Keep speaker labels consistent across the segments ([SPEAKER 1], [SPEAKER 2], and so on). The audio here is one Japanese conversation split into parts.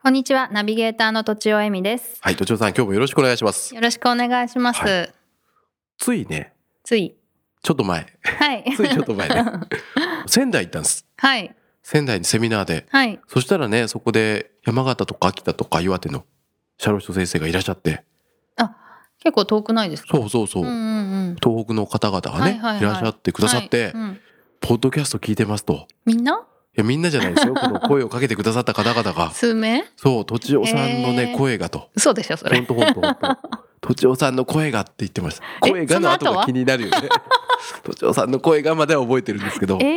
[SPEAKER 1] こんにちはナビゲーターのとちおえみです
[SPEAKER 2] はい都庁さん今日もよろしくお願いします
[SPEAKER 1] よろしくお願いします、
[SPEAKER 2] はついね
[SPEAKER 1] つい
[SPEAKER 2] ちょっと前
[SPEAKER 1] はい
[SPEAKER 2] ついちょっと 前ね仙台行ったんです
[SPEAKER 1] はい
[SPEAKER 2] 仙台にセミナーで
[SPEAKER 1] はい
[SPEAKER 2] そしたらねそこで山形とか秋田とか岩手の社労士の先生がいらっしゃって
[SPEAKER 1] 結構遠くないですか
[SPEAKER 2] そうそうそう、
[SPEAKER 1] うんうんうん
[SPEAKER 2] 東北の方々がね、
[SPEAKER 1] はい
[SPEAKER 2] い
[SPEAKER 1] はいはい
[SPEAKER 2] らっしゃってくださって、
[SPEAKER 1] はいうん
[SPEAKER 2] ポッドキャスト聞いてますと
[SPEAKER 1] みんない
[SPEAKER 2] やみんなじゃないですよこの声をかけてくださった方々が
[SPEAKER 1] 数名
[SPEAKER 2] そうとちおさんのね
[SPEAKER 1] へー
[SPEAKER 2] 声がと
[SPEAKER 1] 嘘でしょそ
[SPEAKER 2] ほ
[SPEAKER 1] れ
[SPEAKER 2] んとほんとほんと。 とちおさんの声がって言ってました。
[SPEAKER 1] え
[SPEAKER 2] 声がの
[SPEAKER 1] その後
[SPEAKER 2] 後
[SPEAKER 1] は
[SPEAKER 2] が気になるよ ね。とちおさんの声がまでは覚えてるんですけど
[SPEAKER 1] え。ー、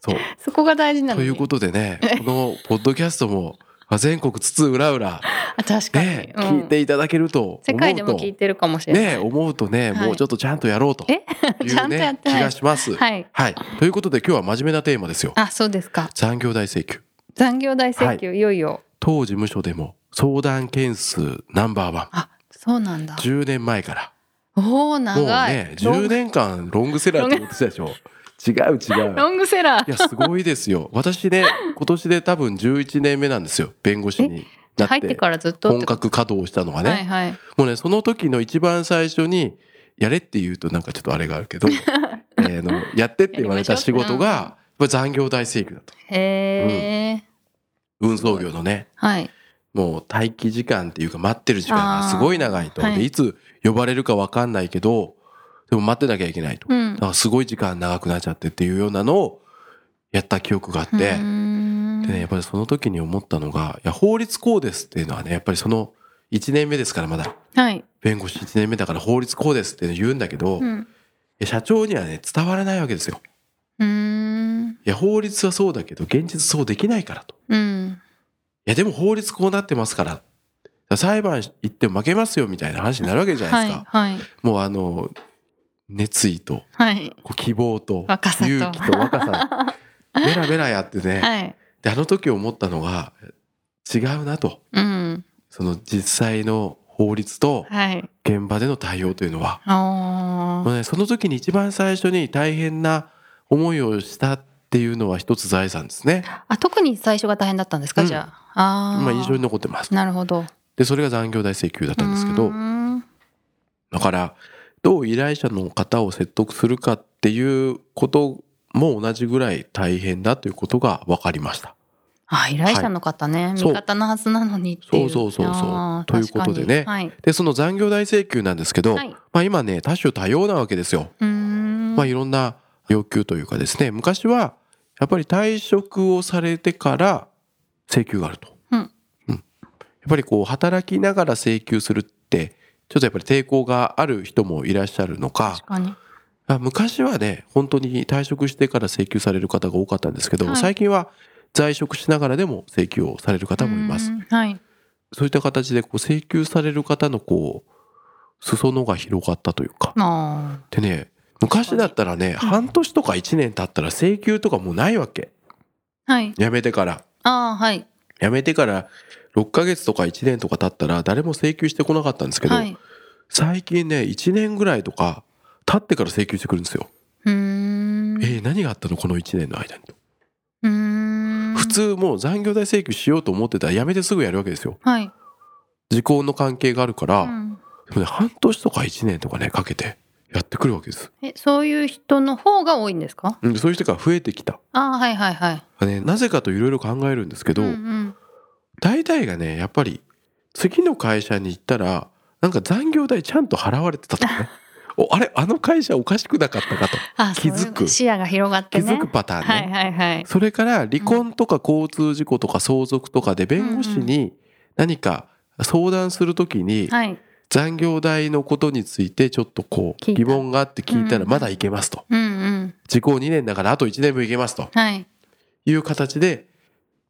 [SPEAKER 2] そう。
[SPEAKER 1] そこが大事なの
[SPEAKER 2] と
[SPEAKER 1] に
[SPEAKER 2] いうことでね、 このポッドキャストもまあ全国津々浦々
[SPEAKER 1] あ確かに、
[SPEAKER 2] ね、
[SPEAKER 1] うん
[SPEAKER 2] 聞いていただけると
[SPEAKER 1] 世
[SPEAKER 2] 思
[SPEAKER 1] 界で
[SPEAKER 2] う
[SPEAKER 1] も聞い
[SPEAKER 2] と。
[SPEAKER 1] てるかもしれない、
[SPEAKER 2] ね、思うとね、
[SPEAKER 1] はい
[SPEAKER 2] もうちょっとちゃんとやろうと
[SPEAKER 1] え
[SPEAKER 2] い
[SPEAKER 1] ちゃ
[SPEAKER 2] うん
[SPEAKER 1] とやっ
[SPEAKER 2] ね、
[SPEAKER 1] て
[SPEAKER 2] 気
[SPEAKER 1] ない
[SPEAKER 2] がします。
[SPEAKER 1] はい
[SPEAKER 2] はい。ということで今日は真面目なテーマですよ。
[SPEAKER 1] あそうですか
[SPEAKER 2] 残業代請求。
[SPEAKER 1] 残業代請求、い、よいよ
[SPEAKER 2] 当事務所でも相談件数ナンバーワン。
[SPEAKER 1] あそうなんだ
[SPEAKER 2] 10年前から。
[SPEAKER 1] おお
[SPEAKER 2] もう
[SPEAKER 1] 長い
[SPEAKER 2] ね、
[SPEAKER 1] ロン
[SPEAKER 2] 10年間ロングセラーって言ってたでしょ。違う違う。
[SPEAKER 1] ロングセラ
[SPEAKER 2] い
[SPEAKER 1] ー
[SPEAKER 2] や、すごいですよ。私ね、今年で多分11年目なんですよ。弁護士にな
[SPEAKER 1] 入
[SPEAKER 2] っ
[SPEAKER 1] って
[SPEAKER 2] て。
[SPEAKER 1] からずっとっ
[SPEAKER 2] 本
[SPEAKER 1] てこ
[SPEAKER 2] 格稼働したのが
[SPEAKER 1] と
[SPEAKER 2] ね、
[SPEAKER 1] はいはい
[SPEAKER 2] もうね、その時の一番最初に、やれって言うとなんかちょっとあれがある けど、えーのやってって言われた仕事
[SPEAKER 1] やりましょう
[SPEAKER 2] が、やっぱ残業代請求だと。
[SPEAKER 1] へえ、
[SPEAKER 2] 運送業のね、
[SPEAKER 1] はい
[SPEAKER 2] もう待機時間っていうか待ってる時間
[SPEAKER 1] あー
[SPEAKER 2] がすごい長いと。
[SPEAKER 1] はい
[SPEAKER 2] で、いつ呼ばれるかわかんないけど、でも待ってなきゃいけないと。
[SPEAKER 1] うん
[SPEAKER 2] だからすごい時間長くなっちゃってっていうようなのをやった記憶があって、
[SPEAKER 1] う
[SPEAKER 2] で
[SPEAKER 1] ーん
[SPEAKER 2] ねやっぱりその時に思ったのがいや法律こうですっていうのはねやっぱりその1年目ですからまだ
[SPEAKER 1] はい、
[SPEAKER 2] 弁護士1年目だから法律こうですっていうの言うんだけど、
[SPEAKER 1] う
[SPEAKER 2] い
[SPEAKER 1] ん
[SPEAKER 2] や社長にはね伝わらないわけですよ。
[SPEAKER 1] うーん
[SPEAKER 2] いや法律はそうだけど現実そうできないからと。
[SPEAKER 1] うん
[SPEAKER 2] いやでも法律こうなってますから。裁判行っても負けますよみたいな話になるわけじゃない
[SPEAKER 1] は
[SPEAKER 2] で
[SPEAKER 1] い
[SPEAKER 2] すか。
[SPEAKER 1] はい
[SPEAKER 2] もうあの熱意と
[SPEAKER 1] はい
[SPEAKER 2] こう希望と
[SPEAKER 1] 若さと
[SPEAKER 2] 勇気と若 さベラベラやってね、
[SPEAKER 1] はい
[SPEAKER 2] であの時思ったのが違うなと
[SPEAKER 1] うん
[SPEAKER 2] その実際の法律と
[SPEAKER 1] はい
[SPEAKER 2] 現場での対応というのは、
[SPEAKER 1] あ
[SPEAKER 2] もうね、その時に一番最初に大変な思いをしたっていうのは一つ財産ですね、
[SPEAKER 1] ーあ特に最初が大変だったんですか、
[SPEAKER 2] うん
[SPEAKER 1] じゃああー
[SPEAKER 2] まあ、印象に残ってます
[SPEAKER 1] なるほど
[SPEAKER 2] でそれが残業代請求だったんですけ
[SPEAKER 1] うー
[SPEAKER 2] ど
[SPEAKER 1] ん
[SPEAKER 2] だからどう依頼者の方を説得するかっていうことも同じぐらい大変だということが分かりました。
[SPEAKER 1] あ依頼者の方ね、
[SPEAKER 2] そう
[SPEAKER 1] 味方のはずなのにっていう
[SPEAKER 2] そうそうそうそう
[SPEAKER 1] あー
[SPEAKER 2] ということでね
[SPEAKER 1] 確かにはい
[SPEAKER 2] でその残業代請求なんですけど、
[SPEAKER 1] はい
[SPEAKER 2] まあ、今ね多種多様なわけですよ。
[SPEAKER 1] うーん
[SPEAKER 2] まあ、いろんな要求というかですね昔はやっぱり退職をされてから請求があると、
[SPEAKER 1] うん
[SPEAKER 2] うんやっぱりこう働きながら請求するってちょっとやっぱり抵抗がある人もいらっしゃるのか
[SPEAKER 1] 確かに
[SPEAKER 2] あ昔はね本当に退職してから請求される方が多かったんですけど、
[SPEAKER 1] はい
[SPEAKER 2] 最近は在職しながらでも請求をされる方もいます
[SPEAKER 1] うーんはい
[SPEAKER 2] そういった形でこう請求される方のこう裾野が広がったというか
[SPEAKER 1] あ
[SPEAKER 2] でね昔だったらね、
[SPEAKER 1] うん
[SPEAKER 2] 半年とか1年経ったら請求とかもうないわけ
[SPEAKER 1] ーはい
[SPEAKER 2] 辞めてから
[SPEAKER 1] あーはい
[SPEAKER 2] 辞めてから6ヶ月とか1年とか経ったら誰も請求してこなかったんですけど、
[SPEAKER 1] はい
[SPEAKER 2] 最近ね1年ぐらいとか経ってから請求してくるんですよ、
[SPEAKER 1] うーん
[SPEAKER 2] えー何があったのこの1年の間にと、
[SPEAKER 1] うーん
[SPEAKER 2] 普通もう残業代請求しようと思ってたら辞めてすぐやるわけですよ
[SPEAKER 1] はい、
[SPEAKER 2] 時効の関係があるから、
[SPEAKER 1] うん
[SPEAKER 2] でもね半年とか1年とかねかけてやってくるわけです、
[SPEAKER 1] えそういう人の方が多いんですか
[SPEAKER 2] うん、そういう人が増えてきた、
[SPEAKER 1] あーはいはいはい
[SPEAKER 2] ね、なぜかといろいろ考えるんですけど、
[SPEAKER 1] んん
[SPEAKER 2] 大体がねやっぱり次の会社に行ったらなんか残業代ちゃんと払われてたと かねおあれあの会社おかしくなかったかと
[SPEAKER 1] あ
[SPEAKER 2] 気づく
[SPEAKER 1] そういう視野が広がって
[SPEAKER 2] 気
[SPEAKER 1] ね
[SPEAKER 2] づくパターンね、
[SPEAKER 1] はいはいはい
[SPEAKER 2] それから離婚とか交通事故とか相続とかで弁護士に何か相談するときに
[SPEAKER 1] はい
[SPEAKER 2] 残業代のことについてちょっとこう
[SPEAKER 1] 聞いた
[SPEAKER 2] 疑問があって聞いた
[SPEAKER 1] うんう
[SPEAKER 2] ら
[SPEAKER 1] ん
[SPEAKER 2] まだいけますと
[SPEAKER 1] うんうん
[SPEAKER 2] 時効2年だからあと1年分いけますと
[SPEAKER 1] はい
[SPEAKER 2] いう形で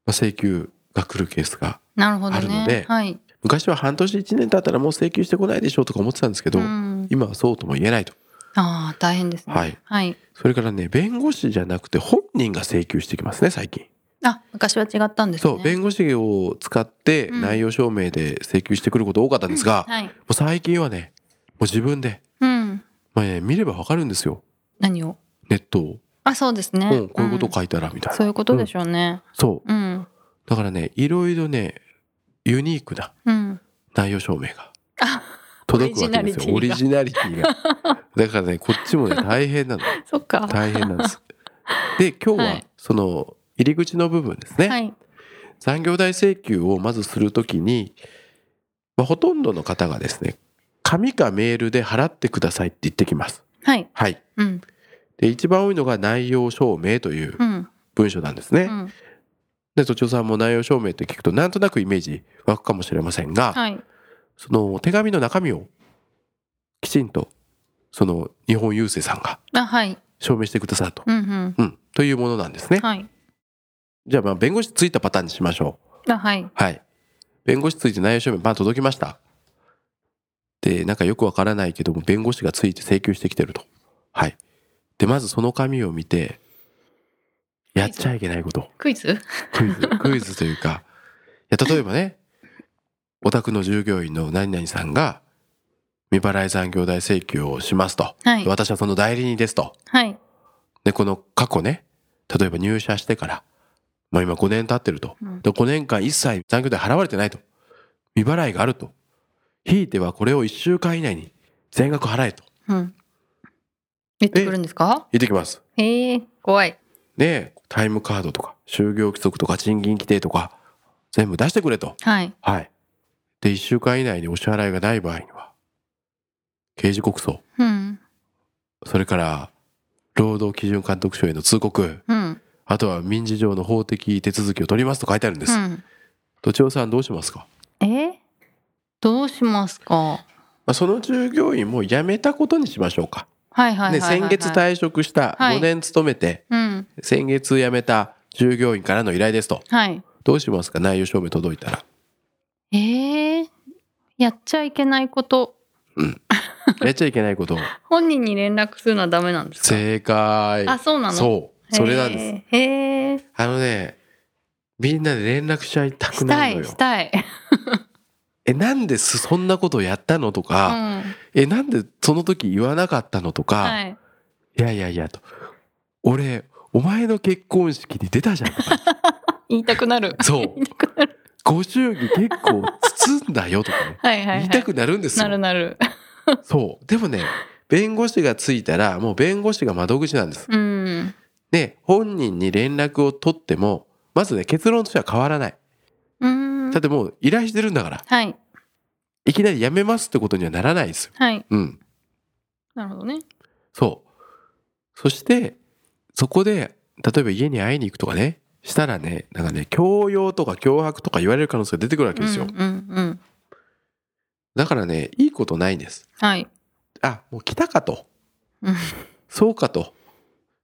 [SPEAKER 2] まあ請求が来るケースが
[SPEAKER 1] なるほど
[SPEAKER 2] あるの
[SPEAKER 1] ね
[SPEAKER 2] で
[SPEAKER 1] はい
[SPEAKER 2] 昔は半年1年経ったらもう請求してこないでしょうとか思ってたんですけど、
[SPEAKER 1] うん
[SPEAKER 2] 今はそうとも言えないと。
[SPEAKER 1] ああ大変ですね
[SPEAKER 2] はい。
[SPEAKER 1] はい
[SPEAKER 2] それからね、弁護士じゃなくて本人が請求してきますね、最近。
[SPEAKER 1] あ昔は違ったんですね
[SPEAKER 2] そう、弁護士を使って
[SPEAKER 1] うん
[SPEAKER 2] 内容証明で請求してくること多かったんですが、も
[SPEAKER 1] はい、
[SPEAKER 2] う最近はね、もう自分で、
[SPEAKER 1] うん、
[SPEAKER 2] まあね、見ればわかるんですよ。
[SPEAKER 1] 何を
[SPEAKER 2] ネットを。
[SPEAKER 1] あそうですね、
[SPEAKER 2] うん、こういうこと
[SPEAKER 1] ん
[SPEAKER 2] を書いたら、みたいな。
[SPEAKER 1] そういうことで
[SPEAKER 2] ょ。
[SPEAKER 1] しょうね
[SPEAKER 2] そう。
[SPEAKER 1] うん
[SPEAKER 2] だからね、いろいろね、ユニークな
[SPEAKER 1] うん
[SPEAKER 2] 内容証明が
[SPEAKER 1] あ
[SPEAKER 2] 届くわけですよ。
[SPEAKER 1] オ
[SPEAKER 2] オ
[SPEAKER 1] リ
[SPEAKER 2] リ
[SPEAKER 1] ジ
[SPEAKER 2] ジナリティが。 だからね、こっちもね、大変なの。
[SPEAKER 1] そっか
[SPEAKER 2] 大変なんです。で、今日
[SPEAKER 1] は、
[SPEAKER 2] はいその、入り口の部分ですね。
[SPEAKER 1] はい
[SPEAKER 2] 残業代請求をまずするときに、まあ、ほとんどの方がですね紙かメールで払ってくださいって言ってきます。
[SPEAKER 1] はい
[SPEAKER 2] はい、
[SPEAKER 1] うん
[SPEAKER 2] で一番多いのが内容証明という
[SPEAKER 1] うん
[SPEAKER 2] 文書なんですね。
[SPEAKER 1] うん
[SPEAKER 2] で都庁さんも内容証明って聞くとなんとなくイメージ湧くかもしれませんが、
[SPEAKER 1] はい
[SPEAKER 2] その手紙の中身をきちんとその日本郵政さんが
[SPEAKER 1] あはい
[SPEAKER 2] 証明してくださると、
[SPEAKER 1] うんうん
[SPEAKER 2] うん、というものなんですね。
[SPEAKER 1] はい
[SPEAKER 2] じゃあまあ弁護士ついたパターンにしましょう。
[SPEAKER 1] あはい
[SPEAKER 2] はい。弁護士ついて内容証明、まあ届きました。で、なんかよくわからないけども、弁護士がついて請求してきてると。はい。で、まずその紙を見て、やっちゃいけないこと。
[SPEAKER 1] クイズ
[SPEAKER 2] クイ ズ、クイズというか、いや、例えばね、お宅の従業員の何々さんが、未払い残業代請求をしますと。
[SPEAKER 1] はい
[SPEAKER 2] 私はその代理人ですと。
[SPEAKER 1] はい
[SPEAKER 2] で、この過去ね、例えば入社してから、まあ今5年経ってると。
[SPEAKER 1] うん
[SPEAKER 2] で5年間一切残業代払われてないと未払いがあるとひいてはこれを1週間以内に全額払えと
[SPEAKER 1] うん言ってくるんですか
[SPEAKER 2] 言ってきます
[SPEAKER 1] えー、怖い
[SPEAKER 2] ねえタイムカードとか就業規則とか賃金規定とか全部出してくれと
[SPEAKER 1] はい
[SPEAKER 2] はいで1週間以内にお支払いがない場合には刑事告訴
[SPEAKER 1] うん
[SPEAKER 2] それから労働基準監督署への通告
[SPEAKER 1] うん
[SPEAKER 2] あとは民事上の法的手続きを取りますと書いてあるんで
[SPEAKER 1] う
[SPEAKER 2] す、
[SPEAKER 1] ん
[SPEAKER 2] 土地さんどうしますか
[SPEAKER 1] えーどうしますか
[SPEAKER 2] まあその従業員も辞めたことにしましょうか
[SPEAKER 1] はいはいはいはい、は
[SPEAKER 2] ね、
[SPEAKER 1] い、
[SPEAKER 2] 先月退職した
[SPEAKER 1] はい
[SPEAKER 2] 5年勤めて、
[SPEAKER 1] うん
[SPEAKER 2] 先月辞めた従業員からの依頼ですと。
[SPEAKER 1] はい
[SPEAKER 2] どうしますか内容証明届いたら。
[SPEAKER 1] えー、やっちゃいけないこと
[SPEAKER 2] やっちゃいけない ことを。
[SPEAKER 1] 本人に連絡するのはダメなんですか
[SPEAKER 2] 正解。
[SPEAKER 1] あそうなのう
[SPEAKER 2] そう。それなんです。
[SPEAKER 1] すへえ
[SPEAKER 2] あのね、みんなで連絡しちゃいたく
[SPEAKER 1] し
[SPEAKER 2] な
[SPEAKER 1] た
[SPEAKER 2] るの
[SPEAKER 1] い
[SPEAKER 2] よ
[SPEAKER 1] し。たい、
[SPEAKER 2] え、なんですそんなことやったのとか、え、なんでその時言わなかったのと
[SPEAKER 1] うん
[SPEAKER 2] か、、
[SPEAKER 1] はいい
[SPEAKER 2] やいやいやと。俺、お前の結婚式に出た じゃんとか。
[SPEAKER 1] 言いたく なる
[SPEAKER 2] そう。ご祝儀結構包んだよとかね。
[SPEAKER 1] はいはい、はい、
[SPEAKER 2] 言いたくなるんですよ。
[SPEAKER 1] なるなる
[SPEAKER 2] そう。でもね、弁護士がついたら、もう弁護士が窓口なんです。
[SPEAKER 1] うん
[SPEAKER 2] で、本人に連絡を取っても、まずね、結論としては変わらない。
[SPEAKER 1] うん
[SPEAKER 2] だってもう依頼してるんだから、
[SPEAKER 1] はい
[SPEAKER 2] いきなり辞めますってことにはならないですよ。
[SPEAKER 1] はい
[SPEAKER 2] うん。
[SPEAKER 1] なるほどね
[SPEAKER 2] そう。そして、そこで、例えば家に会いに行くとかね、したらね、なんかね、強要とか脅迫とか言われる可能性が出てくるわけですよ。
[SPEAKER 1] うんうんうん
[SPEAKER 2] だからね、いいことないんです。
[SPEAKER 1] はい
[SPEAKER 2] あ、もう来たかと。
[SPEAKER 1] うん
[SPEAKER 2] そうかと。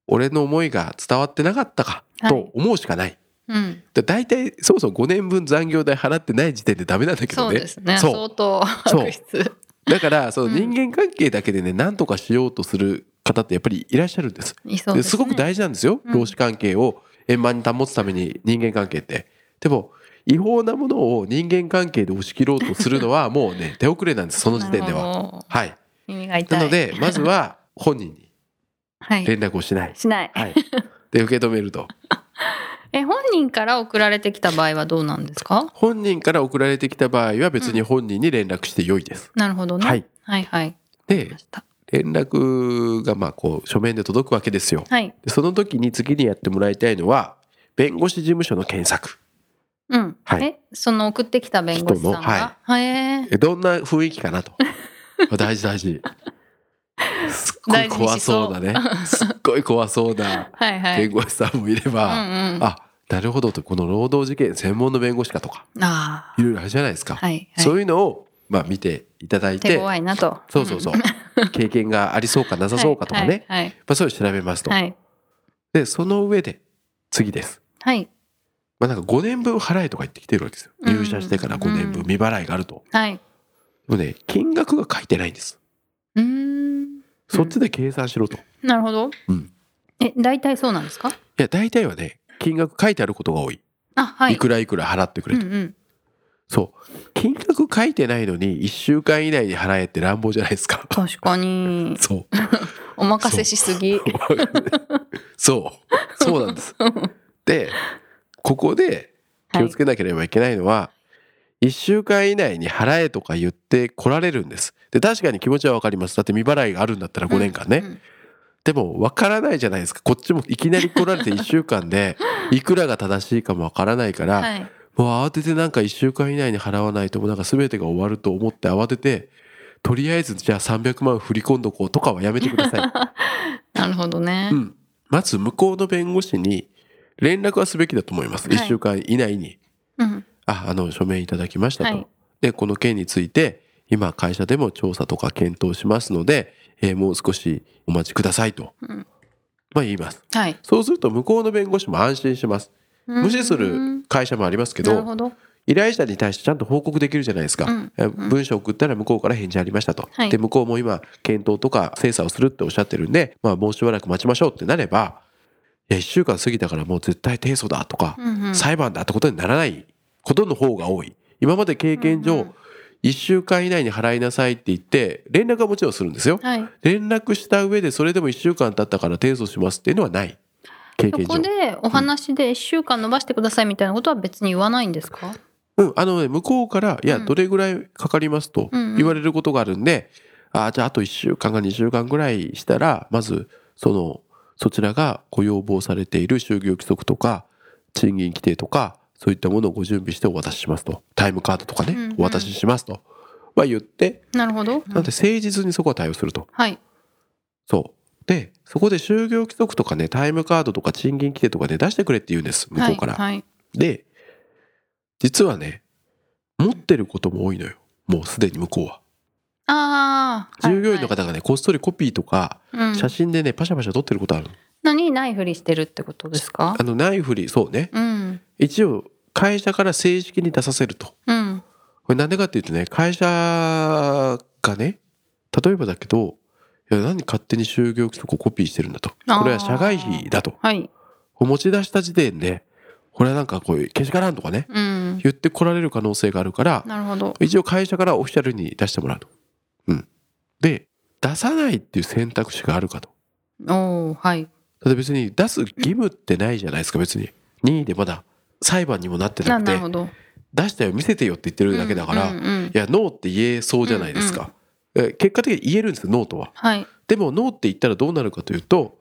[SPEAKER 2] 俺の思いが伝わってなかったか。
[SPEAKER 1] はい
[SPEAKER 2] と思うしかない。
[SPEAKER 1] うん
[SPEAKER 2] だ大体そもそも5年分残業代払ってない時点でダメなんだけ
[SPEAKER 1] そ
[SPEAKER 2] ど
[SPEAKER 1] う
[SPEAKER 2] ね
[SPEAKER 1] ですね
[SPEAKER 2] そう
[SPEAKER 1] 相当悪質
[SPEAKER 2] だからその
[SPEAKER 1] うん
[SPEAKER 2] 人間関係だけでね何とかしようとする方ってやっぱりいらっしゃるんです
[SPEAKER 1] いそ
[SPEAKER 2] で
[SPEAKER 1] う
[SPEAKER 2] す,、
[SPEAKER 1] ですね
[SPEAKER 2] ごく大事なんですよ、
[SPEAKER 1] うん
[SPEAKER 2] 労使関係を円満に保つために人間関係ってでも違法なものを人間関係で押し切ろうとするの はもうね手遅れなんですその時点で
[SPEAKER 1] な
[SPEAKER 2] は
[SPEAKER 1] るほど
[SPEAKER 2] はい
[SPEAKER 1] 耳が痛い
[SPEAKER 2] なのでまずは本人に
[SPEAKER 1] はい
[SPEAKER 2] 連絡をしない
[SPEAKER 1] しない
[SPEAKER 2] はいで受け止めると
[SPEAKER 1] え本人から送られてきた場合はどうなんですか
[SPEAKER 2] 本人から送られてきた場合は別に本人に連絡して良いです、
[SPEAKER 1] なるほどね、
[SPEAKER 2] はい
[SPEAKER 1] はいはい
[SPEAKER 2] で
[SPEAKER 1] ました
[SPEAKER 2] 連絡がまあこう書面で届くわけですよ。
[SPEAKER 1] はい
[SPEAKER 2] でその時に次にやってもらいたいのは弁護士事務所の検索。
[SPEAKER 1] うん、
[SPEAKER 2] はい
[SPEAKER 1] えその送ってきた弁護士さんが
[SPEAKER 2] 人のは
[SPEAKER 1] へー
[SPEAKER 2] えどんな雰囲気かな と。大事大事。すっごい
[SPEAKER 1] 大事に
[SPEAKER 2] 怖
[SPEAKER 1] しそ
[SPEAKER 2] そううなね。すっごい怖そうな
[SPEAKER 1] はいはい
[SPEAKER 2] 弁護士さんもいれ
[SPEAKER 1] うん
[SPEAKER 2] ば、
[SPEAKER 1] うんあ
[SPEAKER 2] あなるほどとこの労働事件専門の弁護士かとか
[SPEAKER 1] あ
[SPEAKER 2] いろいろあるじゃないですか。
[SPEAKER 1] はいはい
[SPEAKER 2] そういうのをまあ見ていただい
[SPEAKER 1] 手
[SPEAKER 2] て、
[SPEAKER 1] 強いなと
[SPEAKER 2] そうそうそう、経験がありそうかなさそうかとかね、
[SPEAKER 1] はい
[SPEAKER 2] まあそういうのを調べますと。
[SPEAKER 1] はいはい
[SPEAKER 2] でその上で次です。
[SPEAKER 1] はい
[SPEAKER 2] まあなんか5年分払えとか言ってきてるわけですよ。
[SPEAKER 1] うん
[SPEAKER 2] 入社してから5年分未払いがあると。
[SPEAKER 1] はい。
[SPEAKER 2] でもね、金額が書いてないんです。
[SPEAKER 1] うーん。
[SPEAKER 2] そっちで計算しろと。い
[SPEAKER 1] なるほど。
[SPEAKER 2] うん
[SPEAKER 1] え、大体そうなんですか
[SPEAKER 2] や、大体はね、金額書いてあることが多い。
[SPEAKER 1] あ、はい。
[SPEAKER 2] いくらいくら払ってくれ
[SPEAKER 1] う
[SPEAKER 2] と。
[SPEAKER 1] んうん。
[SPEAKER 2] そう。金額書いてないのに1週間以内に払えって乱暴じゃないですか。
[SPEAKER 1] 確かに。
[SPEAKER 2] そう。
[SPEAKER 1] お任せしすぎ。
[SPEAKER 2] そう。そうなんです。 で、ここで気をつけなければいけないのは、1週間以内に払えとか言って来られるんです。で、確かに気持ちはわかります。だって未払いがあるんだったら5年間ね。
[SPEAKER 1] うんうん
[SPEAKER 2] でも、わからないじゃないですか。こっちもいきなり来られて1週間で、いくらが正しいかもわからないから、
[SPEAKER 1] はい。
[SPEAKER 2] もう慌ててなんか1週間以内に払わないと、もうなんか全てが終わると思って慌てて、とりあえずじゃあ300万振り込んどこうとかはやめてください。
[SPEAKER 1] なるほどね。
[SPEAKER 2] うん、まず向こうの弁護士に連絡はすべきだと思います、
[SPEAKER 1] はい
[SPEAKER 2] 1週間以内に
[SPEAKER 1] うん。
[SPEAKER 2] 「ああの署名いただきましたと」
[SPEAKER 1] はい
[SPEAKER 2] でこの件について今会社でも調査とか検討しますので、えーもう少しお待ちくださいと」
[SPEAKER 1] うん
[SPEAKER 2] まあ言います
[SPEAKER 1] はい。
[SPEAKER 2] そうすると向こうの弁護士も安心します無視す
[SPEAKER 1] う
[SPEAKER 2] る
[SPEAKER 1] ん
[SPEAKER 2] 会社もありますけ
[SPEAKER 1] なる
[SPEAKER 2] ど
[SPEAKER 1] ほど。
[SPEAKER 2] 依頼者に対してちゃんと報告できるじゃないですか、
[SPEAKER 1] うん
[SPEAKER 2] え文章送ったら向こうから返事ありましたと、
[SPEAKER 1] はい
[SPEAKER 2] で向こうも今検討とか精査をするっておっしゃってるんで、まあ、もうしばらく待ちましょうってなればいや1週間過ぎたからもう絶対提訴だとか、
[SPEAKER 1] うんうん
[SPEAKER 2] 裁判だってことにならないことの方が多い今まで経験上、
[SPEAKER 1] うんうん
[SPEAKER 2] 1週間以内に払いなさいって言って連絡はもちろんするんですよ
[SPEAKER 1] はい。
[SPEAKER 2] 連絡した上でそれでも1週間経ったから提訴しますっていうのはない経
[SPEAKER 1] そ
[SPEAKER 2] 験
[SPEAKER 1] こ
[SPEAKER 2] 上
[SPEAKER 1] でお話で1週間伸ばしてくださいみたいなことは別に言わないんですか
[SPEAKER 2] うん、あのね、向こうから、いや、
[SPEAKER 1] うん
[SPEAKER 2] どれぐらいかかりますと
[SPEAKER 1] うんうん
[SPEAKER 2] 言われることがあるんで、あーじゃああと1週間か2週間ぐらいしたら、まず、その、そちらがご要望されている就業規則とか、賃金規定とか、そういったものをご準備してお渡ししますと。タイムカードとかね、
[SPEAKER 1] うんうん
[SPEAKER 2] お渡ししますと。まあ言って、
[SPEAKER 1] なるほど。
[SPEAKER 2] なので誠実にそこは対応すると。
[SPEAKER 1] はい。
[SPEAKER 2] そう。で、そこで就業規則とかね、タイムカードとか賃金規定とかね、出してくれって言うんです、向こうから。
[SPEAKER 1] はい。はい
[SPEAKER 2] で、実はね、持ってることも多いのよ。もうすでに向こうは。
[SPEAKER 1] ああ。
[SPEAKER 2] 従業員の方がね、こっそりコピーとか、
[SPEAKER 1] はいはい、う
[SPEAKER 2] 写
[SPEAKER 1] ん。
[SPEAKER 2] 真でね、パシャパシャ撮ってることあるの。
[SPEAKER 1] 何ないふりしてるってことですか
[SPEAKER 2] あの、ないふり、そうね。
[SPEAKER 1] うん。
[SPEAKER 2] 一応、会社から正式に出させると。
[SPEAKER 1] うん。
[SPEAKER 2] これなんでかっていうとね、会社がね、例えばだけど、いや何勝手に就業規則をコピーしてるんだと。
[SPEAKER 1] あー
[SPEAKER 2] これは社外費だと。
[SPEAKER 1] はい。
[SPEAKER 2] 持ち出した時点で、これはなんかこういうけしからんとかね、
[SPEAKER 1] うん。
[SPEAKER 2] 言ってこられる可能性があるから、
[SPEAKER 1] なるほど。
[SPEAKER 2] 一応会社からオフィシャルに出してもらうと。うん。で、出さないっていう選択肢があるかと。
[SPEAKER 1] おおはい。
[SPEAKER 2] だって別に出す義務ってないじゃないですか、別に。任意でまだ裁判にもなってな
[SPEAKER 1] な
[SPEAKER 2] く
[SPEAKER 1] な
[SPEAKER 2] て
[SPEAKER 1] る、ほど。
[SPEAKER 2] 出したよ、見せてよって言ってるだけだから、
[SPEAKER 1] うん
[SPEAKER 2] い
[SPEAKER 1] うんうん
[SPEAKER 2] や、ノーって言えそうじゃないですか。え結果的に言えるんですよ、ノーとは。
[SPEAKER 1] はい。
[SPEAKER 2] でも、ノーって言ったらどうなるかというと、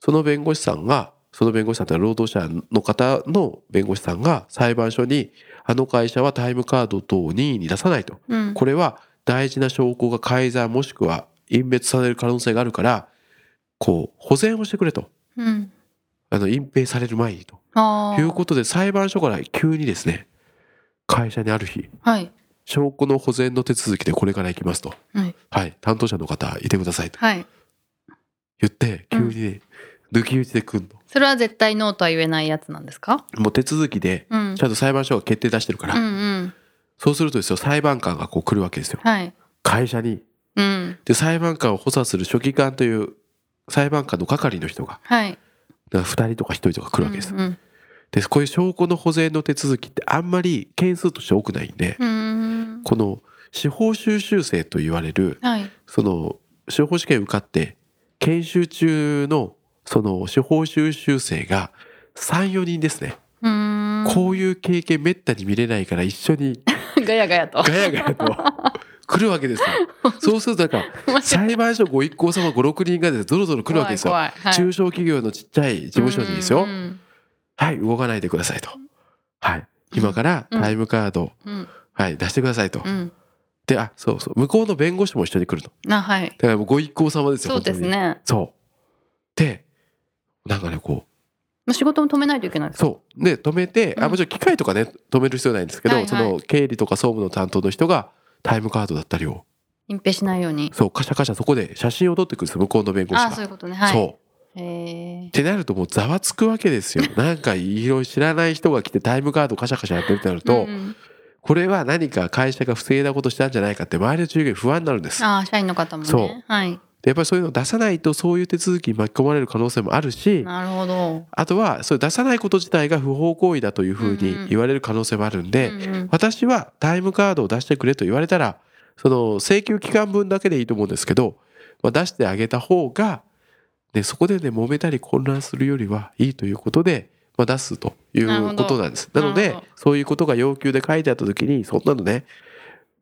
[SPEAKER 2] その弁護士さんが、その弁護士さんってのは労働者の方の弁護士さんが裁判所に、あの会社はタイムカード等を任意に出さないと。
[SPEAKER 1] うん。
[SPEAKER 2] これは大事な証拠が改ざんもしくは隠滅される可能性があるから、こう、保全をしてくれと。
[SPEAKER 1] うん。
[SPEAKER 2] あの、隠蔽される前にと。
[SPEAKER 1] ああ。
[SPEAKER 2] いうことで裁判所から急にですね、会社にある日、
[SPEAKER 1] はい。
[SPEAKER 2] 証拠の保全の手続きでこれから行きますと。
[SPEAKER 1] はい。
[SPEAKER 2] はい、担当者の方いてくださいと
[SPEAKER 1] はい。
[SPEAKER 2] 言って、急にね、抜き打ちで来んの。
[SPEAKER 1] それは絶対ノーとは言えないやつなんですか
[SPEAKER 2] もう手続きで、
[SPEAKER 1] うん
[SPEAKER 2] ち。ゃんと裁判所が決定出してるか
[SPEAKER 1] う
[SPEAKER 2] ら、
[SPEAKER 1] んうん。
[SPEAKER 2] そうするとですよ、裁判官がこう来るわけですよ。
[SPEAKER 1] はい。
[SPEAKER 2] 会社に。
[SPEAKER 1] うん。
[SPEAKER 2] で、裁判官を補佐する書記官という裁判官の係の人が、
[SPEAKER 1] はい。
[SPEAKER 2] だから2人とか1人とか来るわけです。
[SPEAKER 1] うんうん。
[SPEAKER 2] でこういう証拠の保全の手続きってあんまり件数として多くないんで、
[SPEAKER 1] うーん
[SPEAKER 2] この司法修習生と言われる
[SPEAKER 1] はい。
[SPEAKER 2] その司法試験受かって研修中のその司法修習生が34人ですね、
[SPEAKER 1] うーん。
[SPEAKER 2] こういう経験めったに見れないから一緒に
[SPEAKER 1] ガヤガ ヤと。
[SPEAKER 2] ガヤガヤと来るわけですよ そうするとなんか
[SPEAKER 1] 面白い
[SPEAKER 2] 裁判所ご一行様56人がですねぞろぞろ来るわけですよ
[SPEAKER 1] 怖い怖いはい
[SPEAKER 2] 中小企業のちっちゃい事務所にですよ、
[SPEAKER 1] うんうん
[SPEAKER 2] はい、動かないでくださいと。はい。今からタイムカード、
[SPEAKER 1] うん
[SPEAKER 2] はい、出してくださいと
[SPEAKER 1] う。ん。
[SPEAKER 2] で、あ、そうそう。向こうの弁護士も一緒に来ると。
[SPEAKER 1] な、は
[SPEAKER 2] だ
[SPEAKER 1] い。
[SPEAKER 2] からもうご一行様ですよ、
[SPEAKER 1] そうです
[SPEAKER 2] 本
[SPEAKER 1] ね。
[SPEAKER 2] 当に。そう。で、なんかね、こ
[SPEAKER 1] まあ仕事も止めないといけない
[SPEAKER 2] う、
[SPEAKER 1] ですか
[SPEAKER 2] そう。で、止めて、
[SPEAKER 1] う
[SPEAKER 2] あ、
[SPEAKER 1] ん
[SPEAKER 2] もちろん機械とかね、止める必要ないんですけど、
[SPEAKER 1] はいはい
[SPEAKER 2] その経理とか総務の担当の人が、タイムカードだったりを、
[SPEAKER 1] 隠蔽しないように。
[SPEAKER 2] そう、カシャカシャそこで写真を撮ってくるんですよ、向こうの弁護士
[SPEAKER 1] あ
[SPEAKER 2] が。
[SPEAKER 1] あ、そういうことね。はい。
[SPEAKER 2] そう。
[SPEAKER 1] へえ
[SPEAKER 2] ってなるともうざわつくわけですよ。なんかいろいろ知らない人が来てタイムカードカシャカシャやってるってなると、
[SPEAKER 1] うんうん
[SPEAKER 2] これは何か会社が不正なことしたんじゃないかって周りの従業員不安になるんです。
[SPEAKER 1] ああ社員の方もね
[SPEAKER 2] そう
[SPEAKER 1] はい
[SPEAKER 2] でやっぱりそういうのを出さないとそういう手続きに巻き込まれる可能性もあるし、
[SPEAKER 1] なるほど
[SPEAKER 2] あとはそれ出さないこと自体が不法行為だというふう
[SPEAKER 1] うんうん
[SPEAKER 2] に言われる可能性もあるん
[SPEAKER 1] う
[SPEAKER 2] で、
[SPEAKER 1] んうん
[SPEAKER 2] 私はタイムカードを出してくれと言われたらその請求期間分だけでいいと思うんですけど、まあ、出してあげた方が、ね、そこでね揉めたり混乱するよりはいいということで、まあ、出すとい
[SPEAKER 1] なるほ
[SPEAKER 2] う
[SPEAKER 1] ど
[SPEAKER 2] ことなんです。なの
[SPEAKER 1] な
[SPEAKER 2] で
[SPEAKER 1] るほど
[SPEAKER 2] そういうことが要求で書いてあった時にそんなのね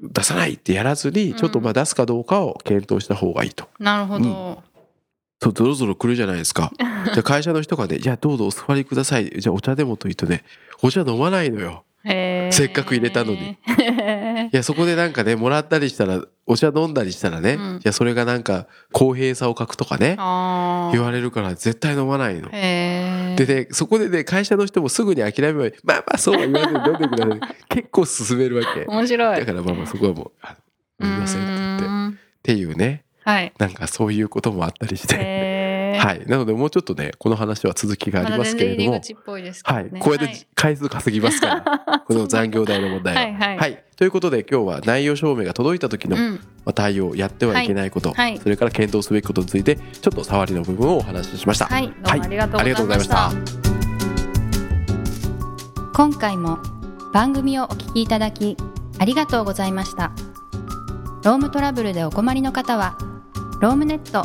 [SPEAKER 2] 出さないってやらずに
[SPEAKER 1] ん
[SPEAKER 2] ちょっとまあ出すかどうかを検討した方がいいと。
[SPEAKER 1] なるほど
[SPEAKER 2] そうぞろぞろ来るじゃないです か。じゃあ会社の人がね「いやどうぞお座りください」じゃあお茶でもと言うとねお茶飲まないのよ。
[SPEAKER 1] へえ
[SPEAKER 2] せっかく入れたのに
[SPEAKER 1] へえ
[SPEAKER 2] いやそこでなんかねもらったりしたらお茶飲んだりしたらね、
[SPEAKER 1] うん
[SPEAKER 2] いやそれがなんか公平さを欠くとかね
[SPEAKER 1] ああ
[SPEAKER 2] 言われるから絶対飲まないの。
[SPEAKER 1] へえ
[SPEAKER 2] でねそこでね会社の人もすぐに諦めばまあまあそうは言わずに飲んでください 結構進めるわけ
[SPEAKER 1] 面白い
[SPEAKER 2] だからまあまあそこはもう「あ
[SPEAKER 1] う
[SPEAKER 2] 飲みません」って言ってっ
[SPEAKER 1] ーん
[SPEAKER 2] ていうね
[SPEAKER 1] はい
[SPEAKER 2] なんかそういうこともあったりして、
[SPEAKER 1] へえ
[SPEAKER 2] はいなのでもうちょっとねこの話は続きがあ
[SPEAKER 1] ま
[SPEAKER 2] り
[SPEAKER 1] だ
[SPEAKER 2] ます
[SPEAKER 1] 全
[SPEAKER 2] け
[SPEAKER 1] 然
[SPEAKER 2] れど
[SPEAKER 1] 入
[SPEAKER 2] も、
[SPEAKER 1] り口っぽいですけど
[SPEAKER 2] は
[SPEAKER 1] ね
[SPEAKER 2] いこれで回数稼ぎますから、
[SPEAKER 1] はい
[SPEAKER 2] この残業代の問題は。
[SPEAKER 1] はいはい
[SPEAKER 2] ということで今日は内容証明が届いた時の
[SPEAKER 1] うん
[SPEAKER 2] まあ、対応やってはいけないこと、
[SPEAKER 1] はいはい
[SPEAKER 2] それから検討すべきことについてちょっと触りの部分をお話ししました。
[SPEAKER 1] はいどうもありがとうございました今回も番組をお聞きいただきありがとうございましたロームトラブルでお困りの方はロームネット